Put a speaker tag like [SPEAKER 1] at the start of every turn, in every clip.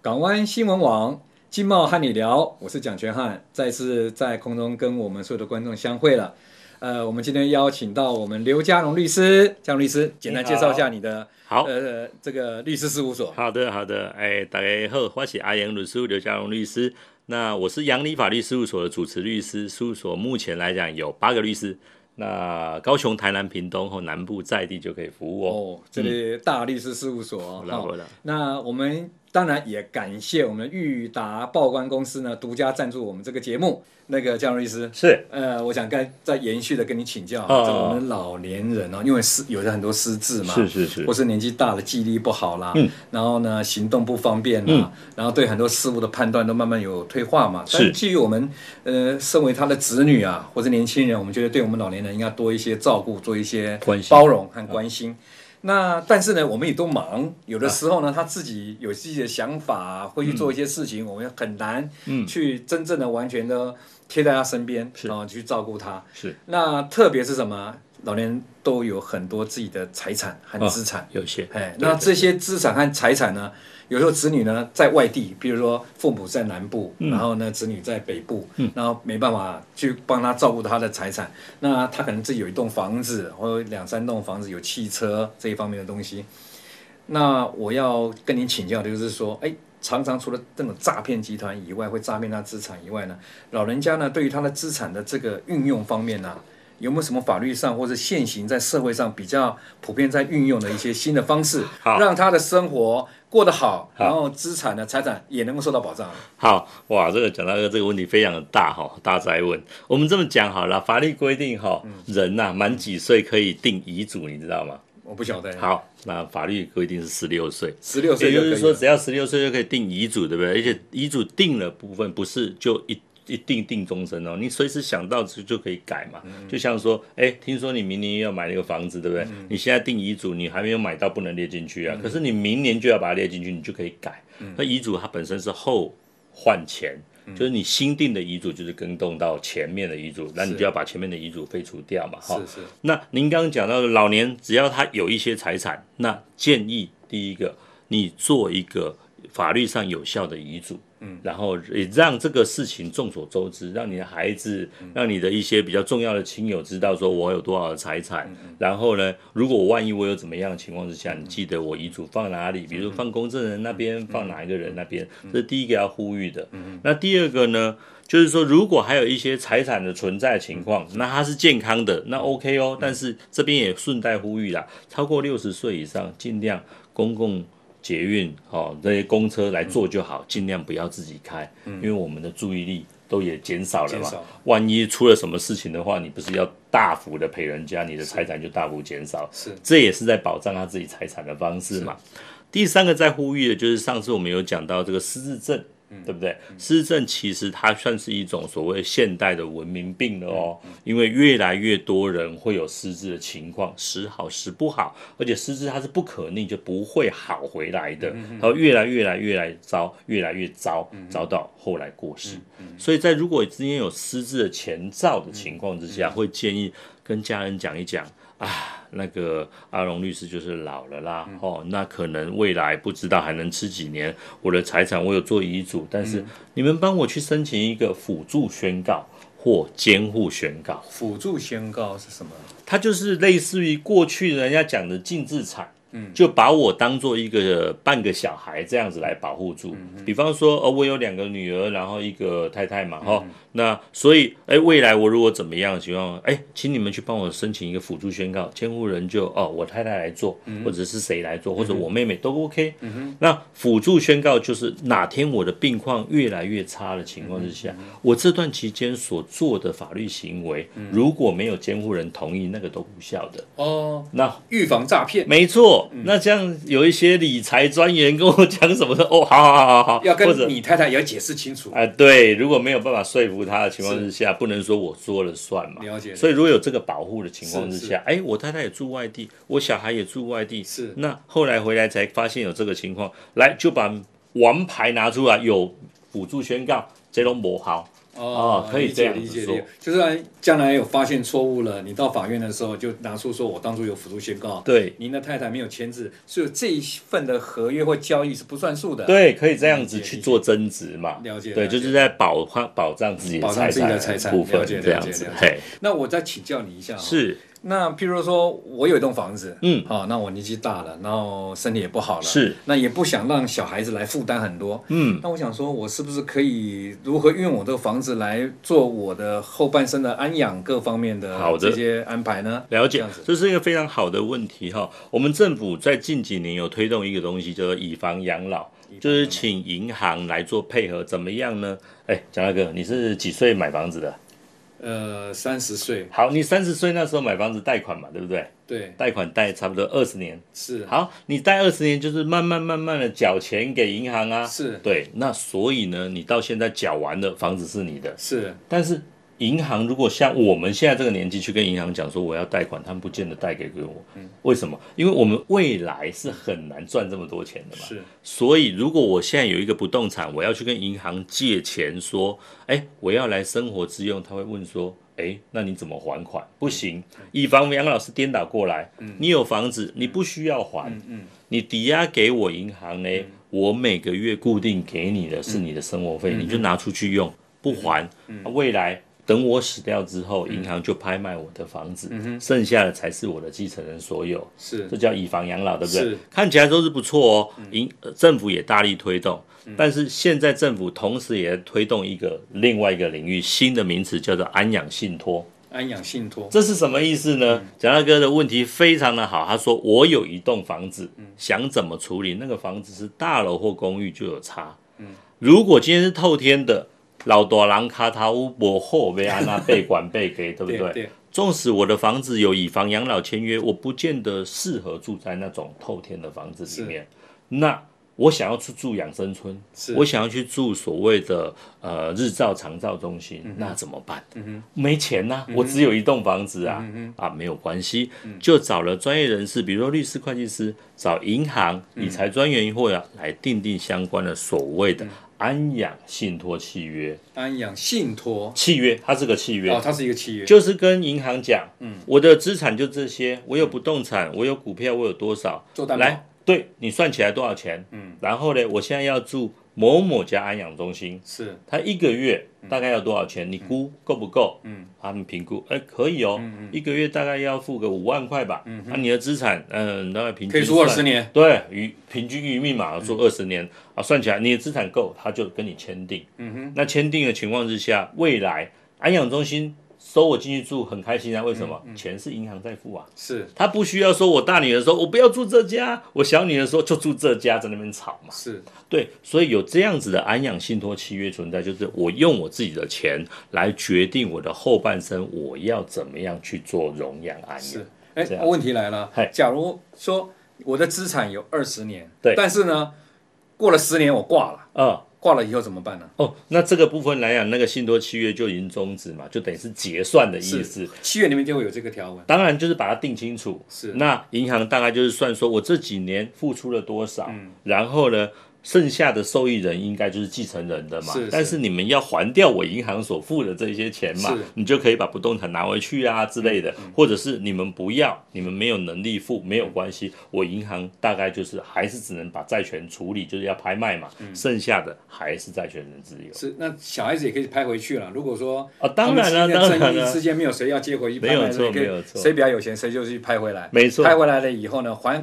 [SPEAKER 1] 港湾新闻网，金茂和你聊，我是蒋全汉，再次在空中跟我们所有的观众相会了。呃，我们今天邀请到我们刘家荣律师，家荣律师，简单介绍一下你的
[SPEAKER 2] 好
[SPEAKER 1] 呃这个律师事务所。
[SPEAKER 2] 好的，好的，哎，大家好，我是阿阳律师刘家荣律师。那我是阳理法律事务所的主持律师，事务所目前来讲有八个律师。那高雄、台南、屏东和南部在地就可以服务哦。
[SPEAKER 1] 哦，这里大律师事务所
[SPEAKER 2] 好
[SPEAKER 1] 哦
[SPEAKER 2] 了，
[SPEAKER 1] 哈
[SPEAKER 2] 好了，
[SPEAKER 1] 那我们当然也感谢我们裕达报关公司呢独家赞助我们这个节目。那个江律师，
[SPEAKER 2] 是
[SPEAKER 1] 呃，我想该再延续的跟你请教啊，
[SPEAKER 2] 哦
[SPEAKER 1] 这个我们老年人哦，因为失有的很多失智嘛，
[SPEAKER 2] 是是是
[SPEAKER 1] 或是年纪大了记忆力不好啦，
[SPEAKER 2] 嗯，
[SPEAKER 1] 然后呢行动不方便啦，然后对很多事物的判断都慢慢有退化嘛。
[SPEAKER 2] 是
[SPEAKER 1] 但基于我们呃身为他的子女啊，或者年轻人，我们觉得对我们老年人应该多一些照顾，做一些
[SPEAKER 2] 关心
[SPEAKER 1] 包容和关心。那但是呢，我们也都忙，有的时候
[SPEAKER 2] 啊
[SPEAKER 1] 呢，他自己有自己的想法，会去做一些事
[SPEAKER 2] 嗯
[SPEAKER 1] 情，我们很难去真正的完全的贴在他身边，
[SPEAKER 2] 是
[SPEAKER 1] 然后去照顾他。
[SPEAKER 2] 是，
[SPEAKER 1] 那特别是什么？啊老年人都有很多自己的财产和
[SPEAKER 2] 哦
[SPEAKER 1] 资产，
[SPEAKER 2] 有些
[SPEAKER 1] 哎，
[SPEAKER 2] 对
[SPEAKER 1] 那这些资产和财产呢，有时候子女呢在外地，比如说父母在南部，
[SPEAKER 2] 嗯
[SPEAKER 1] 然后呢子女在北部，然后没办法去帮他照顾他的财产，那他可能自己有一栋房子或者两三栋房子，有汽车这一方面的东西。那我要跟您请教的就是说，哎，常常除了这种诈骗集团以外，会诈骗他资产以外呢，老人家呢对于他的资产的这个运用方面呢、有没有什么法律上或者现行在社会上比较普遍在运用的一些新的方式，
[SPEAKER 2] 好
[SPEAKER 1] 让他的生活过得好，
[SPEAKER 2] 好
[SPEAKER 1] 然后资产呢财产也能够受到保障？
[SPEAKER 2] 好哇，这个讲到这个问题非常的大哈，大灾问。我们这么讲好了，法律规定哈，人呐、满几岁可以定遗嘱，你知道吗？
[SPEAKER 1] 我不晓得，
[SPEAKER 2] 好，那法律规定是十六岁。
[SPEAKER 1] 十六岁
[SPEAKER 2] 也
[SPEAKER 1] 就
[SPEAKER 2] 就
[SPEAKER 1] 可以
[SPEAKER 2] 是
[SPEAKER 1] 了
[SPEAKER 2] 说，只要十六岁就可以定遗嘱，对不对？而且遗嘱定了部分，不是就一一定定终身哦，你随时想到就就可以改
[SPEAKER 1] 嗯
[SPEAKER 2] 嘛。就像说，哎，听说你明年要买那个房子，对不对？
[SPEAKER 1] 嗯
[SPEAKER 2] 你现在定遗嘱，你还没有买到，不能列进去啊。可是你明年就要把它列进去，你就可以改。
[SPEAKER 1] 嗯
[SPEAKER 2] 那遗嘱它本身是后换前。就是你新定的遗嘱，就是更动到前面的遗嘱，那你
[SPEAKER 1] 是
[SPEAKER 2] 就要把前面的遗嘱废除掉嘛，哈。
[SPEAKER 1] 是是
[SPEAKER 2] 那您刚刚讲到的老年，只要他有一些财产，那建议第一个，你做一个法律上有效的遗嘱，嗯，然后也让这个事情众所周知，让你的孩子，让你的一些比较重要的亲友知道说我有多少的财产，然后呢，如果万一我有怎么样的情况之下，你记得我遗嘱放哪里，比如放公证人那边，放哪一个人那边，这是第一个要呼吁的。那第二个呢？就是说，如果还有一些财产的存在情况，
[SPEAKER 1] 嗯
[SPEAKER 2] 那它是健康的，那 OK 哦。但是这边也顺带呼吁啦，超过六十岁以上，尽量公共捷运哦这些公车来坐就
[SPEAKER 1] 嗯
[SPEAKER 2] 好，尽量不要自己开，因为我们的注意力都也减少了
[SPEAKER 1] 减
[SPEAKER 2] 嘛
[SPEAKER 1] 少。
[SPEAKER 2] 万一出了什么事情的话，你不是要大幅的赔人家，你的财产就大幅减少。
[SPEAKER 1] 是
[SPEAKER 2] 这也是在保障他自己财产的方式嘛。第三个在呼吁的就是上次我们有讲到这个失智症，对不对？失智症其实它算是一种所谓现代的文明病了哦，因为越来越多人会有失智的情况，时好时不好，而且失智它是不可逆，就不会好回来的，它会越来越来越来糟，越来越糟，糟到后来过世。所以在如果之间有失智的前兆的情况之下，会建议跟家人讲一讲。啊，那个阿龙律师就是老了啦，哦，那可能未来不知道还能吃几年，我的财产我有做遗嘱，但是你们帮我去申请一个辅助宣告或监护宣告，
[SPEAKER 1] 辅助宣告是什么？
[SPEAKER 2] 它就是类似于过去人家讲的净资产，嗯，就把我当做一个半个小孩这样子来保护住。比方说，哦，我有两个女儿，然后一个太太嘛，哈、那所以，哎，未来我如果怎么样的情况，哎，请你们去帮我申请一个辅助宣告，监护人就哦，我太太来做，或者是谁来做，或者我妹妹都 OK。那辅助宣告就是哪天我的病况越来越差的情况之下，我这段期间所做的法律行为，如果没有监护人同意，那个都无效的。
[SPEAKER 1] 哦，
[SPEAKER 2] 那
[SPEAKER 1] 预防诈骗
[SPEAKER 2] 没错，那这样有一些理财专员跟我讲什么的，哦，好好好好好，
[SPEAKER 1] 要
[SPEAKER 2] 或者
[SPEAKER 1] 跟你太太也要解释清楚，
[SPEAKER 2] 啊、对，如果没有办法说服他的情况之下，不能说我说了算嘛。
[SPEAKER 1] 了解
[SPEAKER 2] 所以如果有这个保护的情况之
[SPEAKER 1] 是
[SPEAKER 2] 下，哎，我太太也住外地，我小孩也住外地，
[SPEAKER 1] 是
[SPEAKER 2] 那后来回来才发现有这个情况，来就把王牌拿出来，有辅助宣告，这种不好，哦可以
[SPEAKER 1] 理
[SPEAKER 2] 这
[SPEAKER 1] 解
[SPEAKER 2] 样
[SPEAKER 1] 理
[SPEAKER 2] 子
[SPEAKER 1] 解
[SPEAKER 2] 说
[SPEAKER 1] 理解，就是将来有发现错误了，你到法院的时候就拿出说我当初有辅助宣告，
[SPEAKER 2] 对
[SPEAKER 1] 您的太太没有签字，所以这一份的合约或交易是不算数的。，
[SPEAKER 2] 对，可以这样子
[SPEAKER 1] 理解
[SPEAKER 2] 去做增值嘛？
[SPEAKER 1] 了解
[SPEAKER 2] 对，
[SPEAKER 1] 了解
[SPEAKER 2] 就是在保保障自己的
[SPEAKER 1] 保障
[SPEAKER 2] 财
[SPEAKER 1] 自己
[SPEAKER 2] 产
[SPEAKER 1] 的财产
[SPEAKER 2] 部分
[SPEAKER 1] 了解了解
[SPEAKER 2] 这样子
[SPEAKER 1] 了，解
[SPEAKER 2] 嘿，
[SPEAKER 1] 那我再请教你一下、哦，
[SPEAKER 2] 是
[SPEAKER 1] 那譬如说我有一栋房子，
[SPEAKER 2] 嗯
[SPEAKER 1] 好、那我年纪大了，然后身体也不好了，
[SPEAKER 2] 是，
[SPEAKER 1] 那也不想让小孩子来负担很多，
[SPEAKER 2] 嗯，
[SPEAKER 1] 那我想说，我是不是可以如何运用我这个房子来做我的后半生的安养各方面的
[SPEAKER 2] 好的
[SPEAKER 1] 这些安排呢？
[SPEAKER 2] 了
[SPEAKER 1] 这
[SPEAKER 2] 解
[SPEAKER 1] 样子，
[SPEAKER 2] 这是一个非常好的问题哈。我们政府在近几年有推动一个东西，叫做以房养老，就是请银行来做配合，怎么样呢？哎，蒋大哥，你是几岁买房子的？
[SPEAKER 1] 呃，三十岁，
[SPEAKER 2] 好，你三十岁那时候买房子贷款嘛，对不对？
[SPEAKER 1] 对，
[SPEAKER 2] 贷款贷差不多二十年，
[SPEAKER 1] 是
[SPEAKER 2] 好，你贷二十年就是慢慢慢慢的缴钱给银行啊，
[SPEAKER 1] 是
[SPEAKER 2] 对，那所以呢，你到现在缴完了，房子是你的，
[SPEAKER 1] 是，
[SPEAKER 2] 但是银行如果像我们现在这个年纪去跟银行讲说我要贷款，他们不见得贷给给我，为什么？因为我们未来是很难赚这么多钱的嘛，
[SPEAKER 1] 是
[SPEAKER 2] 所以如果我现在有一个不动产，我要去跟银行借钱说，哎，我要来生活自用，他会问说。哎，那你怎么还款？不行，
[SPEAKER 1] 嗯
[SPEAKER 2] 以房养老是颠倒过来。你有房子，你不需要还，
[SPEAKER 1] 嗯嗯，
[SPEAKER 2] 你抵押给我银行呢，我每个月固定给你的是你的生活
[SPEAKER 1] 嗯
[SPEAKER 2] 费，你就拿出去用，不还，啊未来。等我死掉之后，
[SPEAKER 1] 嗯
[SPEAKER 2] 银行就拍卖我的房子，剩下的才是我的继承人所有，
[SPEAKER 1] 是
[SPEAKER 2] 这叫以房养老，对不对
[SPEAKER 1] 是？嗯
[SPEAKER 2] 看起来都是不错哦，银、呃政府也大力推动，但是现在政府同时也推动一个另外一个领域，新的名词叫做安养信托。
[SPEAKER 1] 安养信托，
[SPEAKER 2] 这是什么意思
[SPEAKER 1] 嗯
[SPEAKER 2] 呢？蒋大哥的问题非常的好，他说我有一栋房子，
[SPEAKER 1] 嗯
[SPEAKER 2] 想怎么处理？那个房子是大楼或公寓就有差。
[SPEAKER 1] 嗯
[SPEAKER 2] 如果今天是透天的，老多郎卡塔乌博后被安娜被管被给，对不
[SPEAKER 1] 对对，
[SPEAKER 2] 纵使我的房子有以房养老签约，我不见得适合住在那种透天的房子里面。那我想要去住养生村，
[SPEAKER 1] 是
[SPEAKER 2] 我想要去住所谓的呃日照长照中心，那怎么办？没钱呐、我只有一栋房子啊，啊，没有关系，就找了专业人士，比如说律师、会计师，找银行、理财专员或者来订定相关的所谓的安养信托契约。
[SPEAKER 1] 安养信托，
[SPEAKER 2] 契约，它是个契约，
[SPEAKER 1] 哦，它是一个契约，
[SPEAKER 2] 就是跟银行讲，
[SPEAKER 1] 嗯
[SPEAKER 2] 我的资产就这些，我有不动产，我有股票，我有多少，
[SPEAKER 1] 做嗯担保嗯
[SPEAKER 2] 来，对你算起来多少钱，然后呢，我现在要住某某家安养中心，
[SPEAKER 1] 是
[SPEAKER 2] 他一个月
[SPEAKER 1] 嗯
[SPEAKER 2] 大概要多少钱？你估够不够？嗯，他们评估，哎，可以
[SPEAKER 1] 嗯
[SPEAKER 2] 哦，一个月大概要付个五万块吧。嗯，那你的资产，嗯，大概平均
[SPEAKER 1] 可以住
[SPEAKER 2] 算
[SPEAKER 1] 20年。
[SPEAKER 2] 对，余平均余命嘛，做二十年啊，算起来你的资产够，他就跟你签订。嗯哼，那签订的情况之下，未来安养中心收我进去住很开心啊，为什么？钱是银行在付啊。
[SPEAKER 1] 是
[SPEAKER 2] 他不需要说，我大女儿说我不要住这家，我小女儿说就住这家，在那边吵嘛。
[SPEAKER 1] 是
[SPEAKER 2] 对，所以有这样子的安养信托契约存在，就是我用我自己的钱来决定我的后半生我要怎么样去做荣养安养
[SPEAKER 1] 是。，哎
[SPEAKER 2] 这，样
[SPEAKER 1] 问题来了
[SPEAKER 2] 嗨，
[SPEAKER 1] 假如说我的资产有二十年，
[SPEAKER 2] 对
[SPEAKER 1] 但是呢，过了十年我挂了，
[SPEAKER 2] 嗯，
[SPEAKER 1] 挂了以后怎么办呢？
[SPEAKER 2] 哦，那这个部分来讲，那个信托契约就已经终止嘛，就等于是结算的意思。
[SPEAKER 1] 契约里面就会有这个条文，
[SPEAKER 2] 当然就是把它定清楚。
[SPEAKER 1] 是
[SPEAKER 2] 那银行大概就是算说我这几年付出了多少，
[SPEAKER 1] 嗯
[SPEAKER 2] 然后呢，剩下的受益人应该就是继承人的嘛。
[SPEAKER 1] 是是
[SPEAKER 2] 但是你们要还掉我银行所付的这些钱嘛
[SPEAKER 1] 是，嗯
[SPEAKER 2] 你就可以把不动产拿回去啊之类的，或者是你们不要，你们没有能力付，没有关系，我银行大概就是还是只能把债权处理，就是要拍卖嘛，
[SPEAKER 1] 嗯
[SPEAKER 2] 剩下的还是债权人自由。
[SPEAKER 1] 是那小孩子也可以拍回去了。如果说
[SPEAKER 2] 啊当然
[SPEAKER 1] 他
[SPEAKER 2] 了
[SPEAKER 1] 们之间
[SPEAKER 2] 当然了
[SPEAKER 1] 争议之间没有谁要接回去
[SPEAKER 2] 没
[SPEAKER 1] 拍
[SPEAKER 2] 有
[SPEAKER 1] 卖的，
[SPEAKER 2] 错
[SPEAKER 1] 你可以
[SPEAKER 2] 没有错
[SPEAKER 1] 谁比较有钱谁就去拍回来，
[SPEAKER 2] 没错
[SPEAKER 1] 拍回来了以后呢，还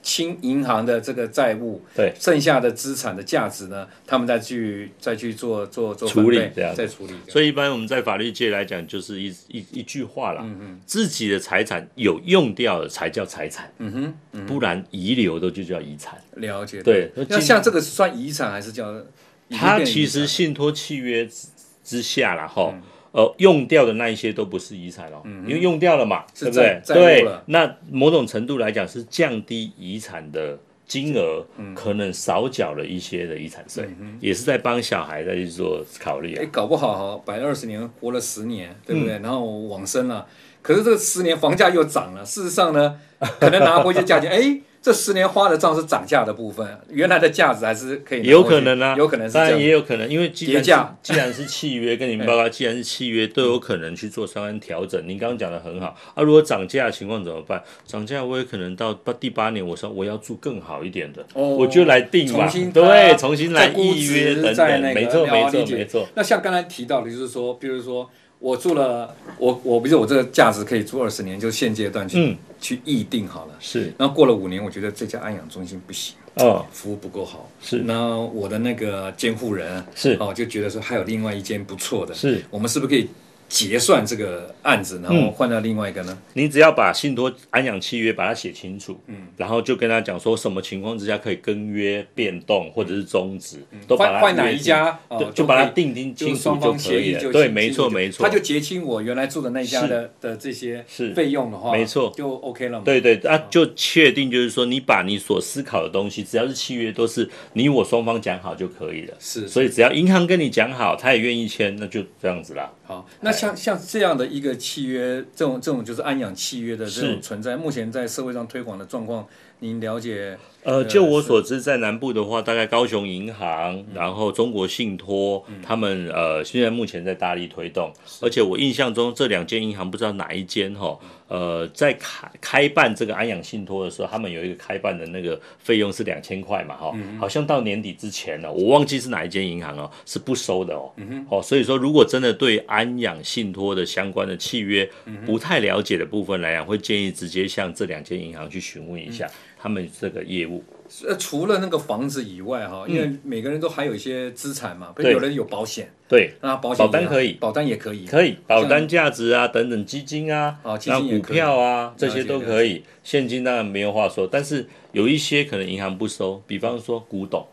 [SPEAKER 1] 清银行的这个债务，
[SPEAKER 2] 对
[SPEAKER 1] 剩下的资产的价值呢，他们再去再去做做做
[SPEAKER 2] 处理
[SPEAKER 1] 分配
[SPEAKER 2] 这样
[SPEAKER 1] 再处理这样。
[SPEAKER 2] 所以一般我们在法律界来讲，就是一一一句话啦，
[SPEAKER 1] 嗯
[SPEAKER 2] 自己的财产有用掉了才叫财产，嗯哼，不然遗留的就叫遗产。
[SPEAKER 1] 了解，
[SPEAKER 2] 对
[SPEAKER 1] 那像这个是算遗产还是叫？
[SPEAKER 2] 它
[SPEAKER 1] 已经变
[SPEAKER 2] 其
[SPEAKER 1] 遗
[SPEAKER 2] 实
[SPEAKER 1] 产嗯
[SPEAKER 2] 信托契约之之下啦，哈、呃，用掉的那一些都不是遗产哦，因为用掉了嘛，
[SPEAKER 1] 是
[SPEAKER 2] 对不对？
[SPEAKER 1] 债债务
[SPEAKER 2] 对
[SPEAKER 1] 了，
[SPEAKER 2] 那某种程度来讲是降低遗产的金额，
[SPEAKER 1] 嗯
[SPEAKER 2] 可能少缴了一些的遗产税，也是在帮小孩再去做考虑啊
[SPEAKER 1] 哎，。搞不好哈，百二十年活了十年，对不对？
[SPEAKER 2] 嗯
[SPEAKER 1] 然后往生了，可是这十年房价又涨了。事实上呢，可能拿回去价钱，哎，这十年花的账是涨价的部分，原来的价值还是可以拿回去，
[SPEAKER 2] 有可能啊，
[SPEAKER 1] 有可能是
[SPEAKER 2] 当
[SPEAKER 1] 这
[SPEAKER 2] 然也
[SPEAKER 1] 样。
[SPEAKER 2] 有可能，因为既
[SPEAKER 1] 叠
[SPEAKER 2] 然
[SPEAKER 1] 价
[SPEAKER 2] 是 既然是契约，跟 你们报告，既然是契约，都有可能去做相关调整。您刚刚讲的很好啊，如果涨价的情况怎么办？涨价我也可能到八第八年，我说我要住更好一点的，
[SPEAKER 1] 哦
[SPEAKER 2] 我就来定嘛
[SPEAKER 1] 重，新
[SPEAKER 2] 对，
[SPEAKER 1] 搭
[SPEAKER 2] 重新来
[SPEAKER 1] 再估
[SPEAKER 2] 预约
[SPEAKER 1] 值
[SPEAKER 2] 等
[SPEAKER 1] 再
[SPEAKER 2] 等，
[SPEAKER 1] 那个
[SPEAKER 2] 没错
[SPEAKER 1] 了
[SPEAKER 2] 没错
[SPEAKER 1] 理解
[SPEAKER 2] 没错，
[SPEAKER 1] 那像刚才提到的，就是说，比如说我住了，我我比如说我这个价值可以住二十年，就现阶段去、
[SPEAKER 2] 嗯
[SPEAKER 1] 去议定好了。
[SPEAKER 2] 是
[SPEAKER 1] 然后过了五年，我觉得这家安养中心不行，
[SPEAKER 2] 哦
[SPEAKER 1] 服务不够好。
[SPEAKER 2] 是
[SPEAKER 1] 那我的那个监护人
[SPEAKER 2] 是
[SPEAKER 1] 哦，就觉得说还有另外一间不错的，
[SPEAKER 2] 是。
[SPEAKER 1] 我们是不是可以结算这个案子，然
[SPEAKER 2] 嗯
[SPEAKER 1] 后换到另外一个呢？
[SPEAKER 2] 你只要把信托安养契约把它写清楚，嗯，然后就跟他讲说什么情况之下可以更约、变动或者是终止，都把它
[SPEAKER 1] 嗯换换哪
[SPEAKER 2] 约
[SPEAKER 1] 一
[SPEAKER 2] 定
[SPEAKER 1] 家，哦
[SPEAKER 2] 对，
[SPEAKER 1] 都
[SPEAKER 2] 就把
[SPEAKER 1] 可
[SPEAKER 2] 它
[SPEAKER 1] 以
[SPEAKER 2] 定定
[SPEAKER 1] 就
[SPEAKER 2] 清
[SPEAKER 1] 是
[SPEAKER 2] 楚
[SPEAKER 1] 双
[SPEAKER 2] 就
[SPEAKER 1] 方
[SPEAKER 2] 可
[SPEAKER 1] 协
[SPEAKER 2] 以
[SPEAKER 1] 议
[SPEAKER 2] 了。
[SPEAKER 1] 就
[SPEAKER 2] 对，
[SPEAKER 1] 清
[SPEAKER 2] 没
[SPEAKER 1] 清
[SPEAKER 2] 错，
[SPEAKER 1] 楚
[SPEAKER 2] 没错，
[SPEAKER 1] 他就结清我原来住的那家的的这些
[SPEAKER 2] 是
[SPEAKER 1] 费用的话，
[SPEAKER 2] 没错
[SPEAKER 1] 就 OK 了嘛。
[SPEAKER 2] 对对，啊，就确定就是说，你把你所思考的东西，只要是契约，都是你我双方讲好就可以了。
[SPEAKER 1] 是
[SPEAKER 2] 所以只要银行跟你讲好，他也愿意签，那就这样子啦。
[SPEAKER 1] 好，那像像这样的一个契约，这种这种就是安养契约的这
[SPEAKER 2] 是
[SPEAKER 1] 种存在，目前在社会上推广的状况，您了解？
[SPEAKER 2] 呃，就我所知，在南部的话，大概高雄银行，然后中国信托，他们呃现在目前在大力推动，而且我印象中这两间银行不知道哪一间哈，呃，在开开办这个安养信托的时候，他们有一个开办的那个费用是两千块嘛哈，好像到年底之前呢，我忘记是哪一间银行哦，是不收的哦，哦，所以说如果真的对安养信托的相关的契约不太了解的部分来讲，会建议直接向这两间银行去询问一下他们这个业务。
[SPEAKER 1] 呃，除了那个房子以外，哈，因为每个人都还有一些资产嘛，比如
[SPEAKER 2] 嗯对
[SPEAKER 1] 有人有保险，
[SPEAKER 2] 对，
[SPEAKER 1] 那保险
[SPEAKER 2] 保单
[SPEAKER 1] 也
[SPEAKER 2] 可以
[SPEAKER 1] 保单也可以，
[SPEAKER 2] 可以保单价值啊，等等基金啊，
[SPEAKER 1] 哦基
[SPEAKER 2] 那
[SPEAKER 1] 金也
[SPEAKER 2] 股
[SPEAKER 1] 可以
[SPEAKER 2] 票啊，这
[SPEAKER 1] 了
[SPEAKER 2] 些
[SPEAKER 1] 解
[SPEAKER 2] 都
[SPEAKER 1] 了
[SPEAKER 2] 可以。现金当然没有话说，但是有一些可能银行不收，比方说古董，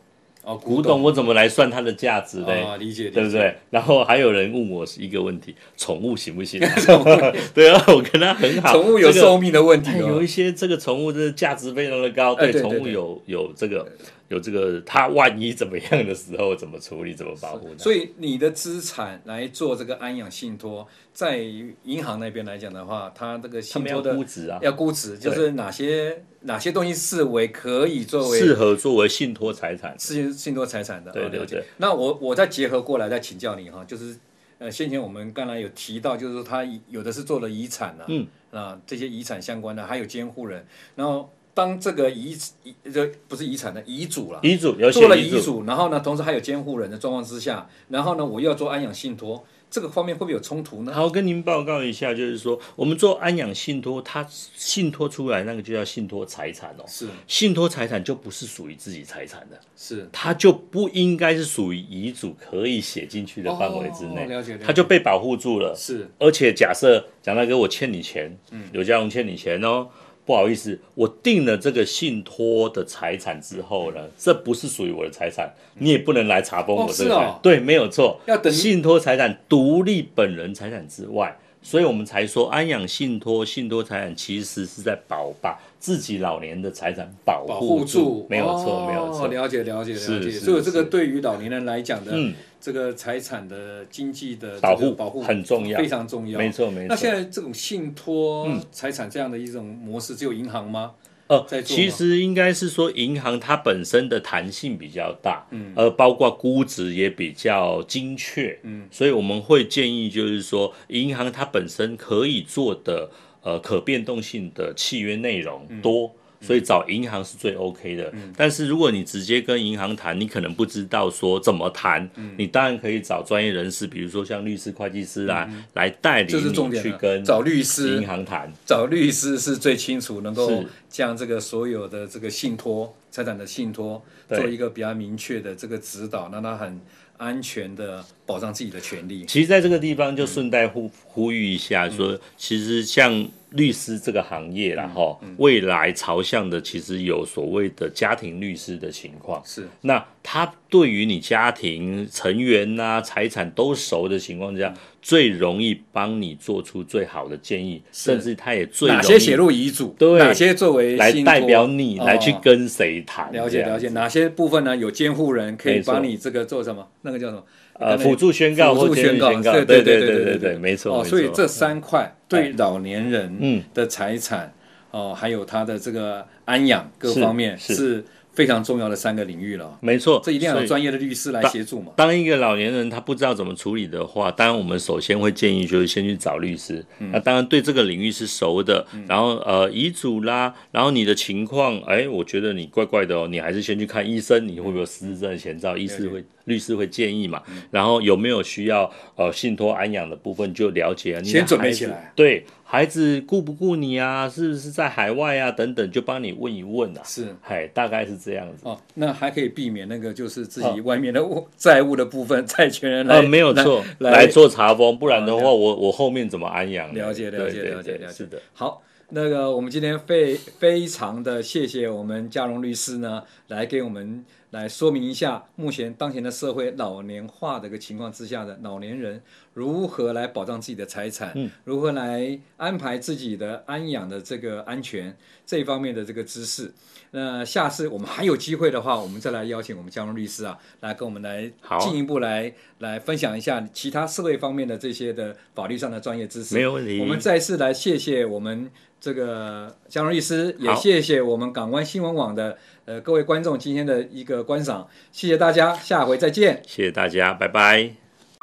[SPEAKER 1] 哦，
[SPEAKER 2] 古
[SPEAKER 1] 古
[SPEAKER 2] 董我怎么来算它的价值嘞？
[SPEAKER 1] 啊，理解，
[SPEAKER 2] 对不
[SPEAKER 1] 理解？
[SPEAKER 2] 对？然后还有人问我是一个问题，宠物行 不行？ 对啊，我跟他很好。
[SPEAKER 1] 宠物有
[SPEAKER 2] 这个
[SPEAKER 1] 寿命的问题
[SPEAKER 2] 哎，
[SPEAKER 1] 哦
[SPEAKER 2] 有一些这个宠物真的价值非常的高，
[SPEAKER 1] 哎
[SPEAKER 2] 对
[SPEAKER 1] 对
[SPEAKER 2] 宠
[SPEAKER 1] 对
[SPEAKER 2] 物
[SPEAKER 1] 对
[SPEAKER 2] 有有这个有这个，它万一怎么样的时候怎么处理，怎么保护呢？
[SPEAKER 1] 所以你的资产来做这个安养信托，在银行那边来讲的话，它这个
[SPEAKER 2] 他
[SPEAKER 1] 信
[SPEAKER 2] 们
[SPEAKER 1] 托
[SPEAKER 2] 要
[SPEAKER 1] 的
[SPEAKER 2] 估值啊，
[SPEAKER 1] 要估值，就是哪些哪些东西视为可以作为
[SPEAKER 2] 适合作为信托财产。
[SPEAKER 1] 信信托财产的，
[SPEAKER 2] 对
[SPEAKER 1] 啊
[SPEAKER 2] 对
[SPEAKER 1] 了解
[SPEAKER 2] 对
[SPEAKER 1] 那我我再结合过来再请教你哈，就是呃，先前我们刚才有提到，就是说他遗有的是做了遗产呐、啊，
[SPEAKER 2] 嗯
[SPEAKER 1] 啊，这些遗产相关的，还有监护人，然后当这个遗遗这不是遗产的遗嘱啦，
[SPEAKER 2] 遗嘱有
[SPEAKER 1] 做了
[SPEAKER 2] 写
[SPEAKER 1] 遗
[SPEAKER 2] 遗嘱，
[SPEAKER 1] 嘱，然后呢，同时还有监护人的状况之下，然后呢，我又要做安养信托，这个方面会不会有冲突呢？
[SPEAKER 2] 好，跟您报告一下，就是说我们做安养信托，它信托出来那个就叫信托财产哦。
[SPEAKER 1] 是
[SPEAKER 2] 信托财产就不是属于自己财产的，
[SPEAKER 1] 是，
[SPEAKER 2] 它就不应该是属于遗嘱可以写进去的范围之
[SPEAKER 1] 哦
[SPEAKER 2] 内，
[SPEAKER 1] 了解了解
[SPEAKER 2] 它就被保护住了。
[SPEAKER 1] 是
[SPEAKER 2] 而且假设蒋大哥我欠你钱，
[SPEAKER 1] 嗯
[SPEAKER 2] 刘家荣欠你钱哦，不好意思，我定了这个信托的财产之后呢，这不是属于我的财产，你也不能来查封
[SPEAKER 1] 嗯哦
[SPEAKER 2] 我这个
[SPEAKER 1] 是哦
[SPEAKER 2] 财产，对，没有错，
[SPEAKER 1] 要等于
[SPEAKER 2] 信托财产独立本人财产之外。所以我们才说，安养信托、信托财产其实是在保把自己老年的财产保
[SPEAKER 1] 保
[SPEAKER 2] 护
[SPEAKER 1] 护住，
[SPEAKER 2] 没有错，
[SPEAKER 1] 哦
[SPEAKER 2] 没有错。
[SPEAKER 1] 了解了解了
[SPEAKER 2] 是
[SPEAKER 1] 解，
[SPEAKER 2] 是
[SPEAKER 1] 所以这个
[SPEAKER 2] 是
[SPEAKER 1] 对于老年人来讲的
[SPEAKER 2] 嗯，
[SPEAKER 1] 这个财产的经济的这个
[SPEAKER 2] 保护
[SPEAKER 1] 保护
[SPEAKER 2] 很重要
[SPEAKER 1] 非常重要。
[SPEAKER 2] 没错没错。嗯
[SPEAKER 1] 那现在这种信托财产这样的一种模式，只有银行吗？
[SPEAKER 2] 呃
[SPEAKER 1] 在，做吗
[SPEAKER 2] 其实应该是说银行它本身的弹性比较大，嗯，呃，包括估值也比较精确，嗯，所以我们会建议就是说，银行它本身可以做的呃可变动性的契约内容
[SPEAKER 1] 嗯
[SPEAKER 2] 多。所以找银行是最 OK 的，但是如果你直接跟银行谈，你可能不知道说怎么谈，
[SPEAKER 1] 嗯
[SPEAKER 2] 你当然可以找专业人士，比如说像律师、会计师啊，来代理
[SPEAKER 1] 嗯这是重
[SPEAKER 2] 你
[SPEAKER 1] 点
[SPEAKER 2] 去
[SPEAKER 1] 了
[SPEAKER 2] 跟
[SPEAKER 1] 找律
[SPEAKER 2] 银
[SPEAKER 1] 师，
[SPEAKER 2] 行谈。
[SPEAKER 1] 找律师是最清楚，能够
[SPEAKER 2] 是
[SPEAKER 1] 将这个所有的这个信托财产的信托
[SPEAKER 2] 对
[SPEAKER 1] 做一个比较明确的这个指导，让他很安全的保障自己的权利。
[SPEAKER 2] 其实，在这个地方就
[SPEAKER 1] 嗯
[SPEAKER 2] 顺带呼呼吁一下说，其实像律师这个行业
[SPEAKER 1] 嗯
[SPEAKER 2] 啦，哈、未来朝向的其实有所谓的家庭律师的情况。
[SPEAKER 1] 是
[SPEAKER 2] 那他对于你家庭成员呐、财产都熟的情况之下，
[SPEAKER 1] 嗯
[SPEAKER 2] 最容易帮你做出最好的建议，甚至他也最
[SPEAKER 1] 哪
[SPEAKER 2] 容
[SPEAKER 1] 些写
[SPEAKER 2] 易
[SPEAKER 1] 入遗嘱？
[SPEAKER 2] 对
[SPEAKER 1] 哪些作为
[SPEAKER 2] 来
[SPEAKER 1] 信托
[SPEAKER 2] 代表你、来去
[SPEAKER 1] 哦
[SPEAKER 2] 跟谁谈这样。
[SPEAKER 1] 了解了解，哪些部分呢？有监护人可以
[SPEAKER 2] 没错
[SPEAKER 1] 帮你这个做什么？那个叫什么？
[SPEAKER 2] 呃，
[SPEAKER 1] 刚才
[SPEAKER 2] 辅助宣告
[SPEAKER 1] 辅
[SPEAKER 2] 或
[SPEAKER 1] 助
[SPEAKER 2] 监
[SPEAKER 1] 宣
[SPEAKER 2] 狱
[SPEAKER 1] 告，
[SPEAKER 2] 宣告，
[SPEAKER 1] 对
[SPEAKER 2] 对
[SPEAKER 1] 对
[SPEAKER 2] 对
[SPEAKER 1] 对
[SPEAKER 2] 对，没错。
[SPEAKER 1] 哦，
[SPEAKER 2] 没
[SPEAKER 1] 所以
[SPEAKER 2] 错
[SPEAKER 1] 这三块对老年人
[SPEAKER 2] 嗯
[SPEAKER 1] 的财产哦，还有他的这个安养各方面
[SPEAKER 2] 是是
[SPEAKER 1] 非常重要的三个领域了。
[SPEAKER 2] 没错，
[SPEAKER 1] 这一定要
[SPEAKER 2] 所
[SPEAKER 1] 有
[SPEAKER 2] 以
[SPEAKER 1] 专业的律师来协助嘛。
[SPEAKER 2] 当一个老年人他不知道怎么处理的话，当然我们首先会建议就是先去找律师。
[SPEAKER 1] 嗯
[SPEAKER 2] 那当然对这个领域是熟的，然后呃遗嘱啦，然后你的情况，哎，我觉得你怪怪的哦，你还是先去看医生，你会不会有失智症的前兆？医师会律师会建议嘛。
[SPEAKER 1] 嗯
[SPEAKER 2] 然后有没有需要呃信托安养的部分就了解啊，你的
[SPEAKER 1] 先准备
[SPEAKER 2] 孩子
[SPEAKER 1] 起来，
[SPEAKER 2] 对孩子顾不顾你啊，是不是在海外啊等等，就帮你问一问啊。
[SPEAKER 1] 是
[SPEAKER 2] 哎，大概是这样子。
[SPEAKER 1] 哦，那还可以避免那个就是自己外面的物债务的部分，债权人来
[SPEAKER 2] 呃，没有错，
[SPEAKER 1] 来
[SPEAKER 2] 来
[SPEAKER 1] 来
[SPEAKER 2] 做查封，不然的
[SPEAKER 1] 啊
[SPEAKER 2] 话，
[SPEAKER 1] 了
[SPEAKER 2] 我我后面怎么安养呢？
[SPEAKER 1] 了解了解
[SPEAKER 2] 对
[SPEAKER 1] 了解
[SPEAKER 2] 对对
[SPEAKER 1] 了解
[SPEAKER 2] 是的。
[SPEAKER 1] 好，那个我们今天非非常的谢谢我们嘉荣律师呢，来给我们来说明一下目前当前的社会老年化的一个情况之下的老年人如何来保障自己的财产，
[SPEAKER 2] 嗯
[SPEAKER 1] 如何来安排自己的安养的这个安全这一方面的这个知识。那下次我们还有机会的话，我们再来邀请我们嘉荣律师啊，来跟我们来
[SPEAKER 2] 好
[SPEAKER 1] 进一步来来分享一下其他社会方面的这些的法律上的专业知识。
[SPEAKER 2] 没有问题
[SPEAKER 1] 我们再次来谢谢我们这个江荣律师，也
[SPEAKER 2] 好
[SPEAKER 1] 谢谢我们港湾新闻网的呃各位观众今天的一个观赏，谢谢大家，下回再见。
[SPEAKER 2] 谢谢大家，拜拜。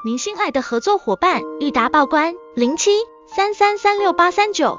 [SPEAKER 3] 您心爱的合作伙伴裕达报关零七三三三六八三九